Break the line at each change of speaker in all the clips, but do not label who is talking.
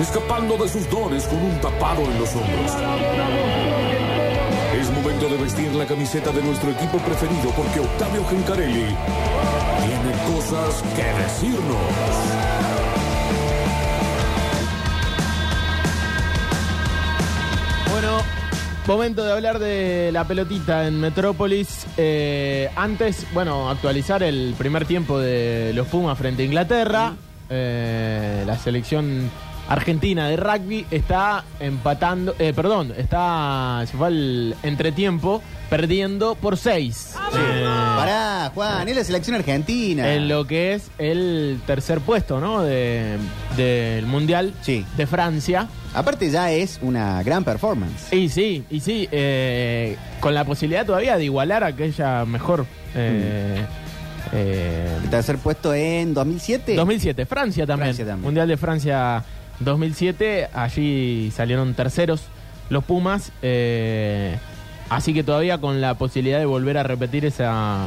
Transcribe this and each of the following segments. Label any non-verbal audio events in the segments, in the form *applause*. escapando de sus dones con un tapado en los hombros. Es momento de vestir la camiseta de nuestro equipo preferido porque Octavio Gencarelli tiene cosas que decirnos.
Bueno, momento de hablar de la pelotita en Metrópolis. Eh, antes, bueno, actualizar el primer tiempo de los Pumas frente a Inglaterra. Eh, la selección argentina de rugby está empatando, eh, perdón, está, se fue al entretiempo, perdiendo por seis. Eh,
Pará, Juan, es la selección argentina.
en lo que es el tercer puesto, ¿no? De- del Mundial
Sí.
de Francia.
Aparte ya es una gran performance.
Y sí, y sí, eh, con la posibilidad todavía de igualar a aquella mejor. eh, eh,
El tercer puesto en 2007.
2007, Francia también.
Francia también.
Mundial de Francia 2007, allí salieron terceros los Pumas, eh, así que todavía con la posibilidad de volver a repetir esa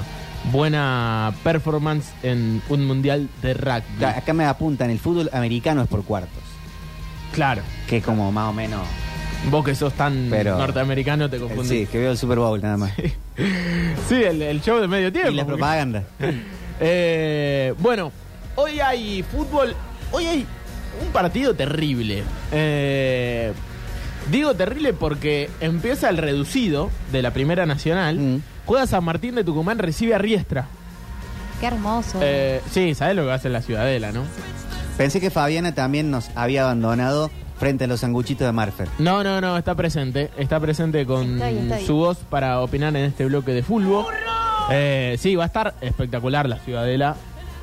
buena performance en un Mundial de rugby.
Acá acá me apuntan, el fútbol americano es por cuartos.
Claro,
Que como más o menos.
vos que sos tan
Pero-
norteamericano te
el-
confundís.
sí, que veo el Super Bowl nada más.
Sí, el, el show de medio tiempo.
Y la
porque-
propaganda.
Eh, bueno, hoy hay fútbol. Hoy hay un partido terrible. Eh, digo terrible porque empieza el reducido de la Primera Nacional.
Mm.
Juega San Martín de Tucumán, recibe a Riestra.
Qué hermoso.
Eh, sí, sabes lo que hace la Ciudadela, ¿no?
Pensé que Fabiana también nos había abandonado frente a los sanguchitos de Marfer.
No, no, no, está presente. Está presente con
Estoy, estoy.
su voz para opinar en este bloque de fútbol. Eh, sí, va a estar espectacular la Ciudadela.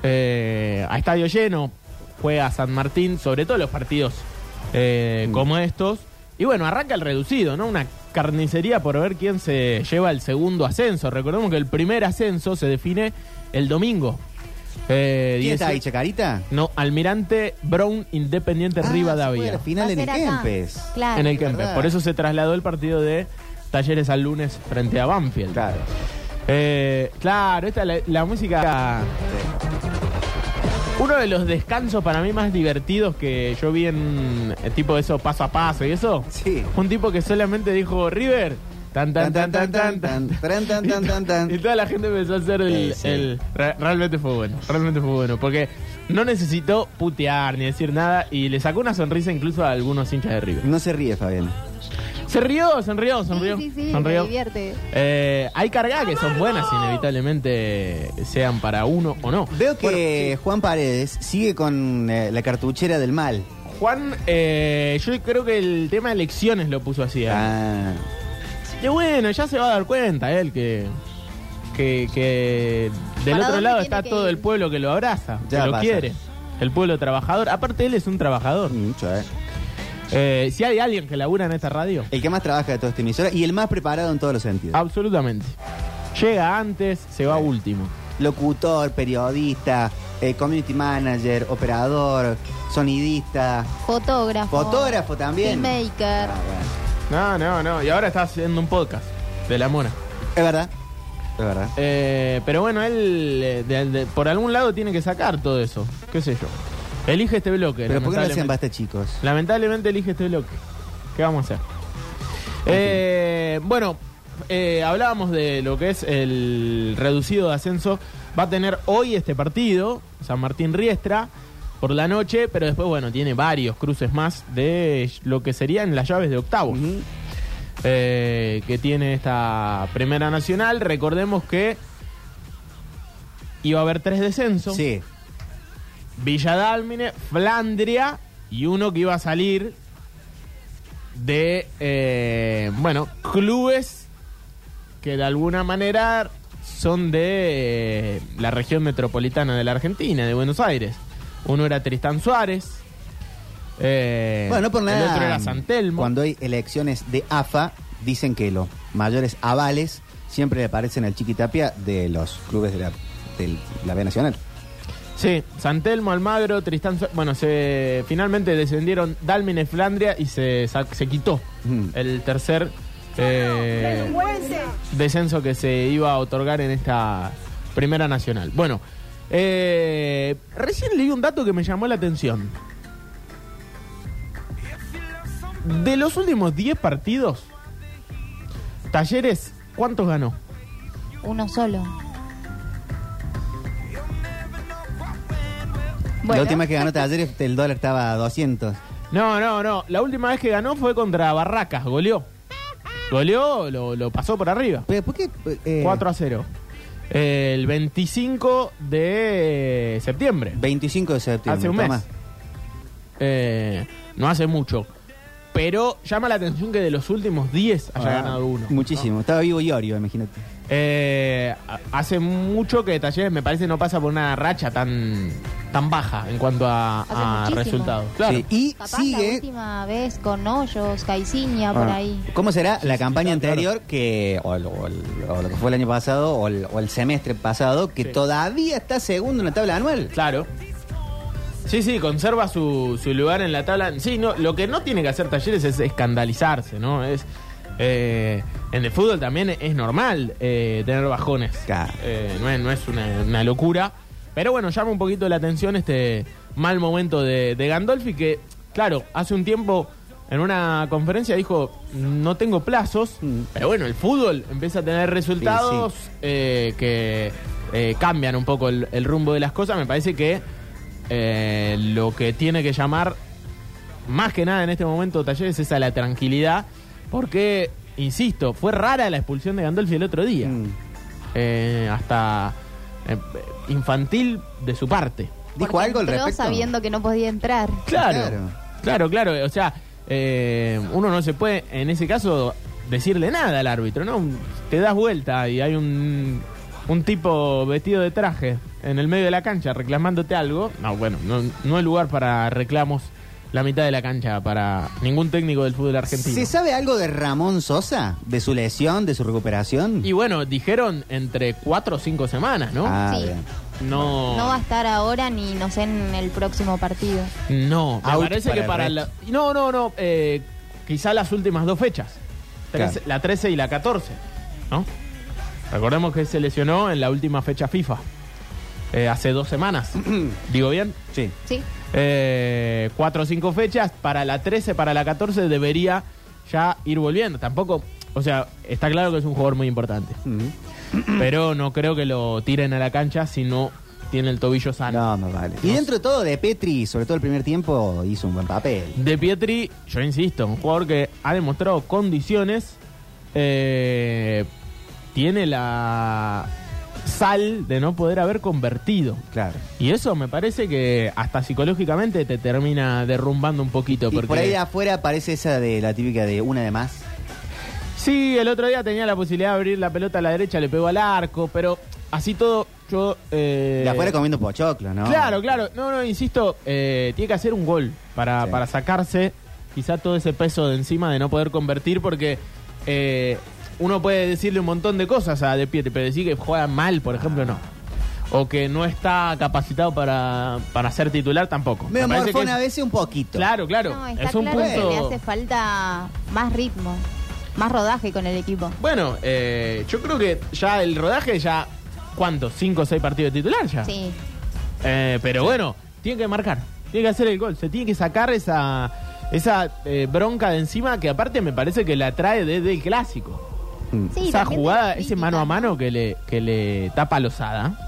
Eh, a estadio lleno, juega San Martín, sobre todo los partidos
Mm.
eh, como estos. Y bueno, arranca el reducido, ¿no? Una carnicería por ver quién se lleva el segundo ascenso. Recordemos que el primer ascenso se define el domingo. Eh,
¿Quién está ahí,
18
Chacarita?
No, Almirante Brown Independiente
Ah, se
Rivadavia
juega la final
Va a
en el
ser acá.
Kempes.
Claro.
en el
Ah, verdad.
Kempes. Por eso se trasladó el partido de Talleres al lunes frente a Banfield.
Claro.
Eh, claro, esta la, la música. Uno de los descansos para mí más divertidos que yo vi en eh, tipo eso paso a paso y eso.
Sí.
Fue Un tipo que solamente dijo River. Tan tan tan tan tan tan.
Tan, tan, tan, tan, tan.
*laughs*
*laughs*
Y toda la gente empezó a hacer el,
Sí, sí.
el- re- realmente fue bueno, realmente fue bueno, porque no necesitó putear ni decir nada y le sacó una sonrisa incluso a algunos hinchas de River.
No se ríe, Fabiana.
Se rió, sonrió, sonrió.
Sí, sí, sí,
sonrió.
me divierte.
Eh, hay cargas que son buenas, inevitablemente sean para uno o no.
Veo que Juan Paredes sigue con eh, la cartuchera del mal.
Juan, eh, yo creo que el tema de elecciones lo puso así. ¿eh?
Ah,
Que bueno, ya se va a dar cuenta él que. que, que del
¿Para
otro
dónde
lado
tiene
está
que
todo
ir?
el pueblo que lo abraza,
Ya
que lo
pasa.
quiere. El pueblo trabajador. Aparte, él es un trabajador.
mucho, eh.
Eh, si hay alguien que labura en esta radio,
El que más trabaja de toda esta emisora y el más preparado en todos los sentidos.
Ah. absolutamente. Llega antes, se va último.
Locutor, periodista, eh, community manager, operador, sonidista,
Fotógrafo.
fotógrafo también.
Filmmaker.
Ah, bueno.
No, no, no. Y ahora está haciendo un podcast de la mona.
Es verdad. Es verdad.
Eh, pero bueno, él eh, de- de- por algún lado tiene que sacar todo eso. ¿Qué sé yo? Elige este bloque.
Pero ¿por qué no le hacían
lamentablemente.
basta, chicos?
Lamentablemente elige este bloque. ¿Qué vamos a hacer? Eh, bueno, eh, hablábamos de lo que es el reducido de ascenso. Va a tener hoy este partido, San Martín Riestra, por la noche, pero después, bueno, tiene varios cruces más de lo que serían las llaves de octavos
Ujú.
eh, que tiene esta Primera Nacional. Recordemos que iba a haber tres descensos.
Sí.
Villa Dálmine, Flandria y uno que iba a salir de, eh, bueno, clubes que de alguna manera son de eh, la región metropolitana de la Argentina, de Buenos Aires. Uno era Tristán Suárez, Eh,
Bueno, no por nada.
El otro era San Telmo.
Cuando hay elecciones de AFA, dicen que los mayores avales siempre le aparecen al Chiquitapia de los clubes de la, del- la B Nacional.
Sí, San Telmo, Almagro, Tristán. Su- Bueno, se finalmente descendieron Dálmine, Flandria y se, sa- se quitó
Mm.
el tercer eh, descenso que se iba a otorgar en esta primera nacional. Bueno, eh, recién leí un dato que me llamó la atención. De los últimos 10 partidos, Talleres, ¿cuántos ganó?
Uno solo.
La
Bueno,
última que ganó ayer el dólar estaba a 200.
No, no, no. La última vez que ganó fue contra Barracas, goleó. Goleó, lo, lo pasó por arriba.
Pero, ¿por qué? eh,
4 a 0. El 25 de septiembre.
25 de septiembre.
Hace un mes.
Tomás.
Eh, no hace mucho. Pero llama la atención que de los últimos 10 haya
Ah,
ganado uno.
Muchísimo. Estaba vivo Iorio, imagínate.
Eh, ha- hace mucho que Talleres me parece no pasa por una racha tan tan baja en cuanto a,
Hace
a
muchísimo.
resultados. Claro.
Sí, Y
Capaz la
sigue.
última vez con Hoyos, Caiciña, por
Ah.
ahí.
¿Cómo será la campaña
claro.
anterior que o, lo- o el- o lo que fue el año pasado o el, o el semestre pasado que
Sí.
todavía está segundo en la tabla anual?
Claro. Sí, sí, conserva su, su lugar en la tabla. Sí, no, lo que no tiene que hacer Talleres es escandalizarse, ¿no? Es eh, En el fútbol también es normal eh, tener bajones.
Claro.
Eh, no es, no es una, una locura. Pero bueno, llama un poquito la atención este mal momento de, de Gandolfi, que, claro, hace un tiempo en una conferencia dijo, no tengo plazos,
Mm.
pero bueno, el fútbol empieza a tener resultados eh, que eh, cambian un poco el, el rumbo de las cosas. Me parece que eh, lo que tiene que llamar más que nada en este momento Talleres es a la tranquilidad, porque, insisto, fue rara la expulsión de Gandolfi el otro día.
Mm.
Eh, hasta eh, infantil de su parte.
¿Dijo
Porque
algo al
entró
respecto?
sabiendo que no podía entrar.
Claro, claro, claro. O sea, eh, uno no se puede, en ese caso, decirle nada al árbitro, ¿no? Un- Te das vuelta y hay un, un tipo vestido de traje en el medio de la cancha reclamándote algo. No, bueno, no, no hay lugar para reclamos la mitad de la cancha para ningún técnico del fútbol argentino.
¿Se sabe algo de Ramón Sosa? ¿De su lesión? ¿De su recuperación?
Y bueno, dijeron entre cuatro o cinco semanas, ¿no?
Ah,
Sí.
bien.
no,
No va a estar ahora ni no sé en el próximo partido.
No, me
Out
parece
para
que
el
para
resto.
la... No, no, no. eh, quizá las últimas dos fechas. Trece-
Claro.
La 13 y la 14. ¿No? Recordemos que se lesionó en la última fecha FIFA. eh, hace dos
*clears throat*
semanas. ¿Digo bien?
Sí.
¿Sí?
Eh, cuatro o cinco fechas. Para la 13, para la 14 debería ya ir volviendo. Tampoco... O sea, está claro que es un jugador muy
*clears throat*
importante.
Mm.
pero no creo que lo tiren a la cancha si no tiene el tobillo sano.
No, más vale. Y dentro de todo, de Petri, sobre todo el primer tiempo, hizo un buen papel.
De Pietri, yo insisto, un jugador que ha demostrado condiciones, eh, tiene la sal de no poder haber convertido.
Claro.
Y eso me parece que hasta psicológicamente te termina derrumbando un poquito.
Y
Porque
por ahí de afuera aparece esa de la típica de una de más.
Sí, el otro día tenía la posibilidad de abrir la pelota a la derecha, le pegó al arco, pero así todo yo... eh,
De afuera comiendo pochoclo, ¿no?
Claro, claro. No, no, insisto, eh, tiene que hacer un gol para,
Sí.
para sacarse quizá todo ese peso de encima de no poder convertir, porque eh, uno puede decirle un montón de cosas a De Pietri, pero decir que juega mal, por ejemplo, no. O que no está capacitado para, para ser titular tampoco.
Me
parece
morfó
que
una
es-
vez un poquito.
Claro, claro.
No, está
es un
claro
punto.
que le hace falta más ritmo, más rodaje con el equipo.
Bueno, eh, yo creo que ya el rodaje ya. ¿Cuántos? ¿Cinco o seis partidos de titular ya?
Sí.
Eh, pero bueno, tiene que marcar, tiene que hacer el gol, se tiene que sacar esa, esa eh, bronca de encima que aparte me parece que la trae desde el clásico.
Mm.
sí
esa
también
jugada,
tiene
ese mano a
crítica.
mano que le, que le tapa a Lozada,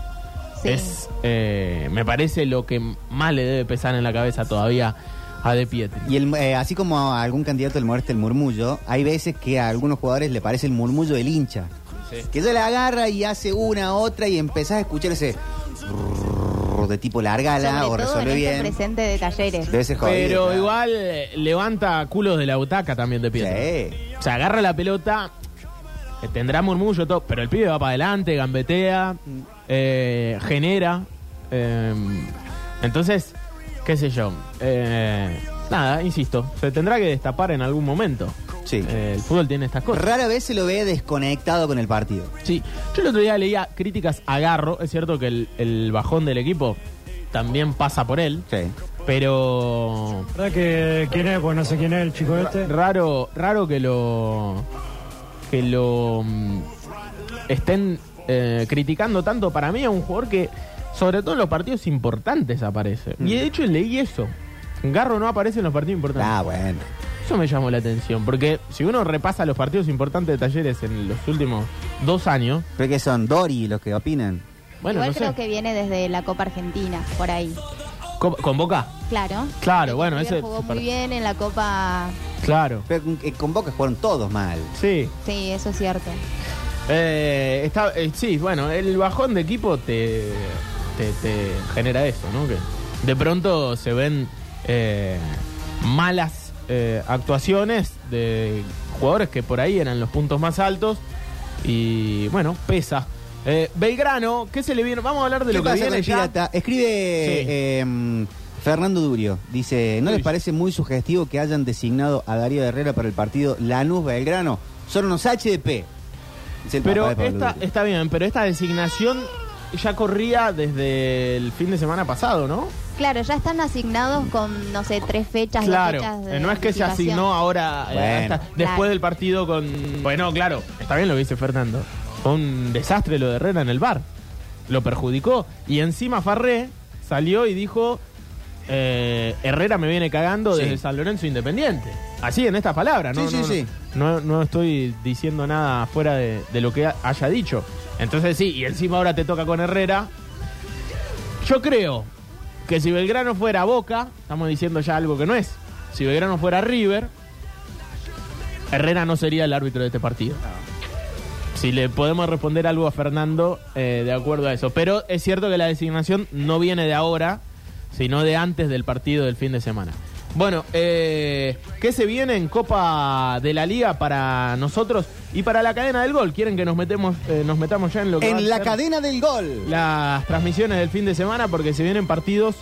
Sí.
es, eh, me parece lo que más le debe pesar en la cabeza todavía a De Pietri.
Y el, eh, así como a algún candidato le molesta el murmullo, hay veces que a algunos jugadores le parece el murmullo del hincha. Que se la agarra y hace una, otra y empezás a escuchar ese rrrr de tipo largala
Sobre
o
todo en
resolve
este
bien.
presente de talleres.
Debe ser jodido.
Pero
claro.
igual eh, levanta culos de la butaca también De Pietri.
Sí.
O sea, agarra la pelota, eh, tendrá murmullo, todo, pero el pibe va para adelante, gambetea, eh, genera. eh, entonces, qué sé yo. eh, nada, insisto, se tendrá que destapar en algún momento.
Sí.
Eh, el fútbol tiene estas cosas.
Rara vez se lo ve desconectado con el partido.
Sí, yo el otro día leía críticas a Garro. Es cierto que el, el bajón del equipo también pasa por él,
Sí.
pero
¿Verdad que quién es? Pues no sé quién es el chico este.
raro, raro que lo que lo mm, estén eh, criticando tanto. Para mí es un jugador que, sobre todo en los partidos importantes, aparece. Y de hecho leí eso. Garro no aparece en los partidos importantes.
Ah, bueno.
Eso me llamó la atención, porque si uno repasa los partidos importantes de Talleres en los últimos dos años,
Creo que son Dori los que opinan.
bueno,
Igual
no
creo
sé,
que viene desde la Copa Argentina, por ahí.
con, con Boca,
Claro.
Claro, bueno,
River
ese-
Jugó
para-
muy bien en la Copa.
claro,
Pero con, eh, con Boca jugaron todos mal.
sí.
Sí, eso es cierto.
Eh, está, eh, sí, bueno, el bajón de equipo te, te, te genera eso, ¿no? Que de pronto se ven eh, malas eh, actuaciones de jugadores que por ahí eran los puntos más altos y bueno, pesa. Eh, Belgrano, ¿qué se le viene? Vamos a hablar de
¿Qué
lo que
pasa con
viene
el
ya.
pirata? Escribe
Sí.
eh, Fernando Durio. Dice, ¿no
Uy.
les parece muy sugestivo que hayan designado a Darío Herrera para el partido Lanús Belgrano? Son unos HDP. Dice el
Pero
papá de Pablo
esta
Durio.
está bien, pero esta designación ya corría desde el fin de semana pasado, ¿no?
Claro, ya están asignados con, no sé, tres fechas. dos
Claro,
fechas de
eh, no es que se
anticipación.
asignó ahora, eh,
Bueno.
hasta después
Claro.
del partido con... Bueno, claro, está bien lo que dice Fernando. Fue un desastre lo de Herrera en el bar. Lo perjudicó. Y encima Farré salió y dijo, eh, Herrera me viene cagando
Sí.
desde San Lorenzo Independiente. Así, en estas palabras, ¿no?
Sí, sí,
no, no,
sí.
No, no estoy diciendo nada fuera de, de lo que ha- haya dicho. Entonces sí, y encima ahora te toca con Herrera. Yo creo que si Belgrano fuera Boca, estamos diciendo ya algo que no es. Si Belgrano fuera River, Herrera no sería el árbitro de este partido. Si le podemos responder algo a Fernando eh, de acuerdo a eso. Pero es cierto que la designación no viene de ahora, sino de antes del partido del fin de semana. Bueno, eh, ¿qué se viene en Copa de la Liga para nosotros y para la cadena del gol? ¿Quieren que nos, metemos, eh, nos metamos ya en lo que va a
En la
ser
cadena del gol.
las transmisiones del fin de semana porque se vienen partidos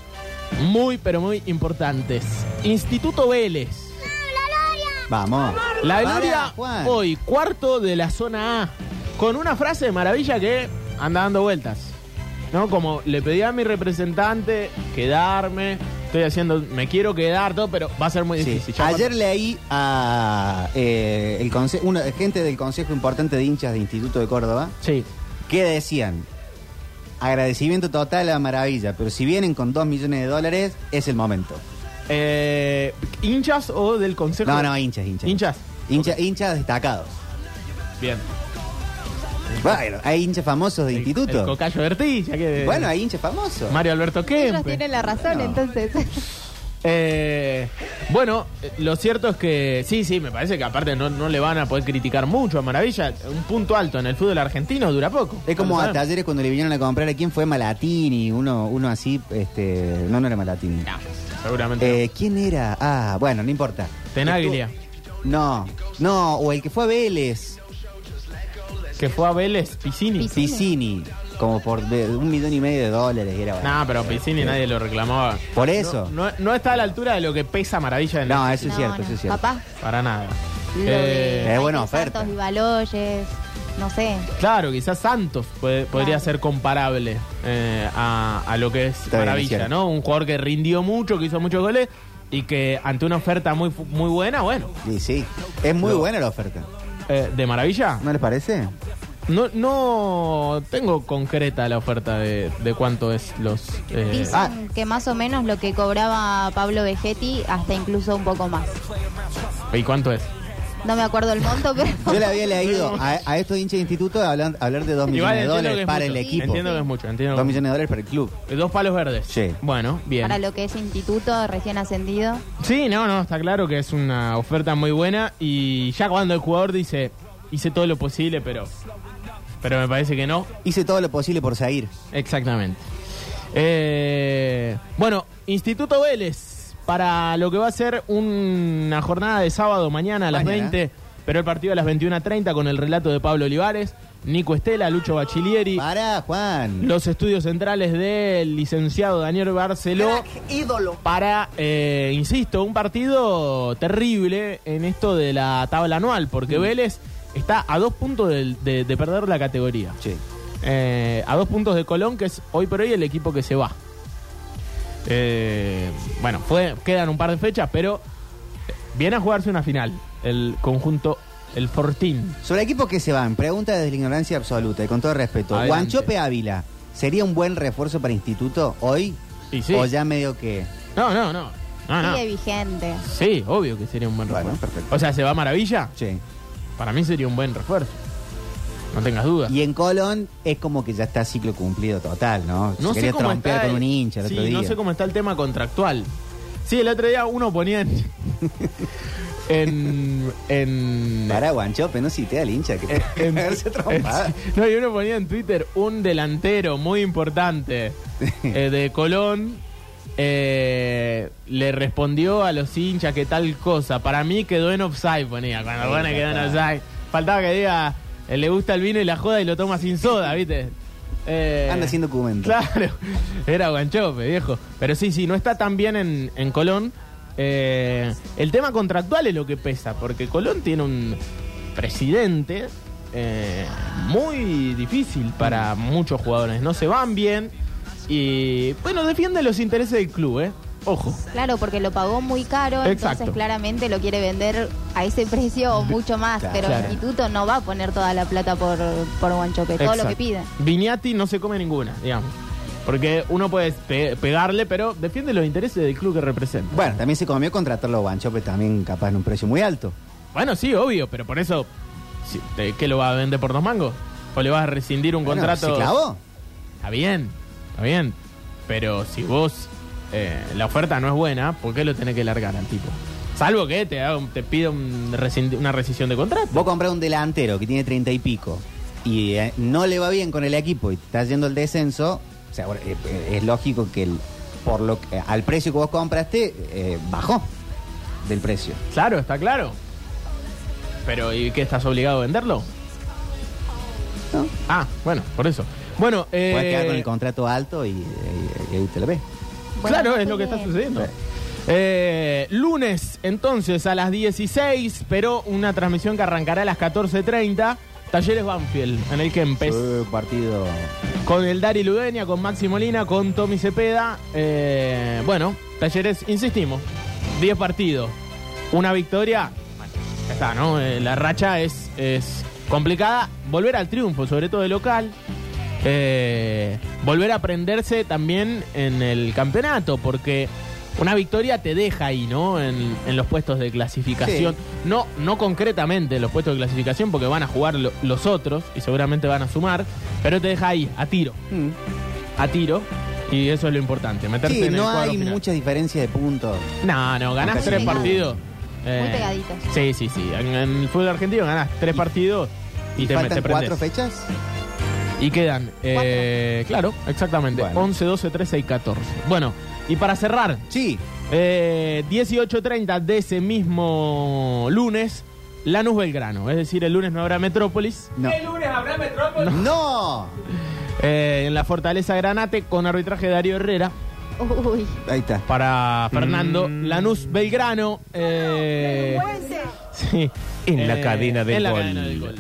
muy, pero muy importantes. Instituto Vélez.
Vamos.
La
Pará,
Gloria
Juan.
hoy, cuarto de la zona A, con una frase de maravilla que anda dando vueltas. ¿No? Como le pedí a mi representante quedarme, estoy haciendo, me quiero quedar, todo, pero va a ser muy
Sí.
difícil. Ya
Ayer leí a eh, el conse- una, gente del Consejo Importante de Hinchas de Instituto de Córdoba
va- Sí.
que decían agradecimiento total a Maravilla, pero si vienen con 2 millones de dólares es el momento.
Eh, ¿Hinchas o del consejo?
No, no, hinchas, hinchas.
Hinchas.
Hincha- Hinchas destacados.
Bien.
Bueno, hay hinchas famosos de
El-
instituto.
el eh, Cocayo Vertilla, que.
bueno, hay hinchas famosos.
Mario Alberto Kempe.
Ellos tienen la razón,
No.
entonces.
Eh, bueno, eh, lo cierto es que sí, sí, me parece que aparte no, no le van a poder criticar mucho a Maravilla. Un punto alto en el fútbol argentino dura poco.
es
Ya
como a
lo sabemos.
talleres cuando le vinieron a comprar a quién fue Malatini, uno, uno así, este, no, no era Malatini.
Seguramente.
Eh, ¿Quién era? Ah, bueno, no importa.
Tenaglia,
No, no, o el que fue a Vélez,
que fue a Vélez, Piscini.
Pis- Piscini.
Piscini, como por de- un millón y medio de dólares era. bueno.
No, pero Piscini nadie lo reclamaba.
Por eso.
No, no está a la altura de lo que pesa Maravilla en
No,
el-
eso es
No,
cierto,
no.
eso es cierto.
Capaz
Para nada.
lo
Eh,
de
es buena
Santos
oferta.
y Baloyes, no sé.
Claro, quizás Santos puede- podría
Claro.
ser comparable eh, a, a lo que es
bien, es
Maravilla,
cierto.
¿no? Un jugador que rindió mucho, que hizo muchos goles y que ante una oferta muy, fu- muy buena, bueno,
Sí, sí. Es muy
No.
buena la oferta.
eh, de Maravilla.
¿No les parece?
No, no tengo concreta la oferta de, de cuánto es los... eh,
Dicen
ah.
que más o menos lo que cobraba Pablo Vegetti, hasta incluso un poco más.
ah, ¿Y cuánto es?
No me acuerdo el monto, *laughs* pero.
Yo le había leído a, a estos hinchas de instituto hablan- hablar de 2 millones de
entiendo que
dólares
es
para
mucho.
el equipo.
Entiendo que es mucho, entiendo.
2 millones de dólares para el club.
Eh, Dos palos verdes.
Sí.
Bueno, bien.
Para lo que es instituto recién ascendido.
Sí, no, no, está claro que es una oferta muy buena y ya cuando el jugador dice, hice todo lo posible, pero... Pero me parece que no,
Hice todo lo posible por salir.
Exactamente. Eh, bueno, Instituto Vélez, para lo que va a ser una jornada de sábado mañana a las
Mañana.
20 Pero el partido a las 21.30 con el relato de Pablo Olivares, Nico Estela, Lucho Bachilieri,
Pará, Juan.
los estudios centrales del licenciado Daniel Barceló.
ídolo.
Para, eh, insisto, un partido terrible en esto de la tabla anual,
Mm.
porque Vélez está a dos puntos del- de, de perder la categoría.
Sí.
Eh, a dos puntos de Colón, que es hoy por hoy el equipo que se va. Eh, bueno, fue- quedan un par de fechas, pero viene a jugarse una final el conjunto, el Fortín.
Sobre equipos que se van, pregunta desde la ignorancia absoluta y con todo respeto.
Adelante.
Guanchope Ávila, ¿sería un buen refuerzo para Instituto hoy?
Y sí.
O ya medio que.
No, no, no. Ah, No, no.
Sigue vigente.
Sí, obvio que sería un buen
Bueno,
refuerzo.
perfecto.
O sea, ¿se va Maravilla?
Sí.
Para mí sería un buen refuerzo. No tengas dudas.
Y en Colón es como que ya está ciclo cumplido total, ¿no? Se quería trompear
está
con
el-
un hincha el
sí,
otro día.
No sé cómo está el tema contractual. Sí, el otro día uno ponía
*laughs*
en. en. en-
Pará, Guanchope, no cité al hincha *laughs* que
en- en-
cagarse a trompada.
en- no, y uno ponía en Twitter un delantero muy
*laughs*
importante eh, de Colón. eh, le respondió a los hinchas que tal cosa. Para mí quedó en offside, ponía. Cuando
Sí,
pone
ya
quedó en
está.
offside. Faltaba que diga, eh, le gusta el vino y la joda y lo toma sin
*laughs*
soda, ¿viste? Eh,
Anda sin documento.
Claro, era guanchope, viejo. Pero sí, sí, no está tan bien en, en Colón. Eh, el tema contractual es lo que pesa, porque Colón tiene un presidente eh, muy difícil para muchos jugadores. No se van bien y, bueno, defiende los intereses del club, ¿eh? Ojo.
Claro, porque lo pagó muy caro,
Exacto.
entonces claramente lo quiere vender a ese precio o mucho más,
Claro.
pero
Claro.
el instituto no va a poner toda la plata por, por Guanchope, todo lo
Exacto.
que pida.
Vignati no se come ninguna, digamos. Porque uno puede pe- pegarle, pero defiende los intereses del club que representa.
Bueno, también se comió contratarlo a Guanchope, también capaz en un precio muy alto.
Bueno, sí, obvio, pero por eso, si- eh, ¿qué lo va a vender por dos mangos? ¿O le vas a rescindir un
Bueno,
contrato?
¿Se clavó?
Está bien, está bien. Pero si vos, eh, la oferta no es buena, ¿por qué lo tenés que largar al tipo? Salvo que te, haga un- te pida un rescindi- una rescisión de contrato.
Vos comprás un delantero que tiene treinta y pico y eh, no le va bien con el equipo y te está yendo el descenso, o sea, bueno, eh, eh, es lógico que el- por lo que- al precio que vos compraste eh, bajó del precio.
Claro, está claro. Pero ¿y qué estás obligado a venderlo?
No.
Ah, bueno, por eso. Bueno, eh,
Puedes quedar con el contrato alto y, y- y ahí te lo ves.
Bueno,
claro, es
no
lo que
sé.
está sucediendo. Eh, lunes, entonces, a las 16, pero una transmisión que arrancará a las 14.30. Talleres Banfield, en el que empezó
Fue un partido
con el Dari Ludeña, con Maxi Molina, con Tommy Cepeda. Eh, bueno, Talleres, insistimos, 10 partidos, una victoria. Bueno, ya está, ¿no? Eh, la racha es, es complicada. Volver al triunfo, sobre todo de local. Eh, volver a aprenderse también en el campeonato, porque una victoria te deja ahí, ¿no? En, en los puestos de clasificación.
Sí.
No, no concretamente en los puestos de clasificación, porque van a jugar lo- los otros y seguramente van a sumar, pero te deja ahí, a tiro,
Mm.
a tiro. Y eso es lo importante, meterse
Sí,
en el
no
cuadro
hay
final.
muchas diferencias de puntos.
No, no, ganás
Nunca
tres
se
partidos. eh,
Muy pegaditos.
Sí, sí, sí. En, en el fútbol argentino ganás tres partidos y, te,
¿Faltan
te prendés.
cuatro fechas?
Y quedan, eh, claro, exactamente,
Bueno.
11, 12, 13 y 14. Bueno, y para cerrar,
Sí.
eh, 18.30 de ese mismo lunes, Lanús Belgrano. Es decir, el lunes no habrá Metrópolis.
No. ¿El lunes habrá Metrópolis? No.
eh, en la Fortaleza Granate con arbitraje de Darío Herrera
Uy,
Ahí está.
para Fernando
Mm.
Lanús Belgrano. eh, sí, eh,
En la cadena del
en la
gol.
cadena del gol.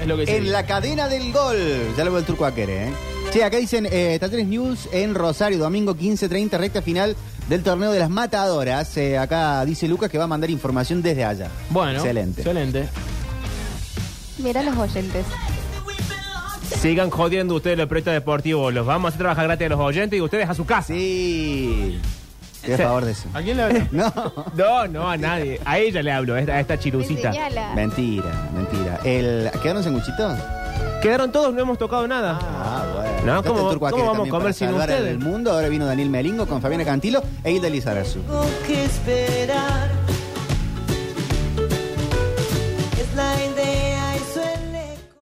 Es lo que se
En
dice.
la cadena del gol. Ya lo veo el turco a querer, ¿eh? Che, acá dicen eh, Talleres News en Rosario, domingo 15.30, recta final del torneo de las matadoras. Eh, acá dice Lucas que va a mandar información desde allá.
Bueno,
Excelente.
excelente.
mirá los oyentes.
Sigan jodiendo ustedes los proyectos deportivos. Los vamos a hacer trabajar gratis a los oyentes y ustedes a su casa.
Sí. Estoy a favor de eso.
¿A quién le habló?
No.
*laughs* No, no, a nadie. A ella le hablo, a esta, a esta
Me
chirucita.
señala.
Mentira, mentira. El, ¿Quedaron sanguchitos?
Quedaron todos, no hemos tocado nada.
Ah,
No,
bueno. Está
¿cómo-
el turco
cómo
Aquere
vamos a
también
comer
para
sin
salvar
ustedes?
El mundo. Ahora vino Daniel Melingo con Fabiana Cantilo e Hilda Lizarazu.
Tengo que esperar. Es la idea.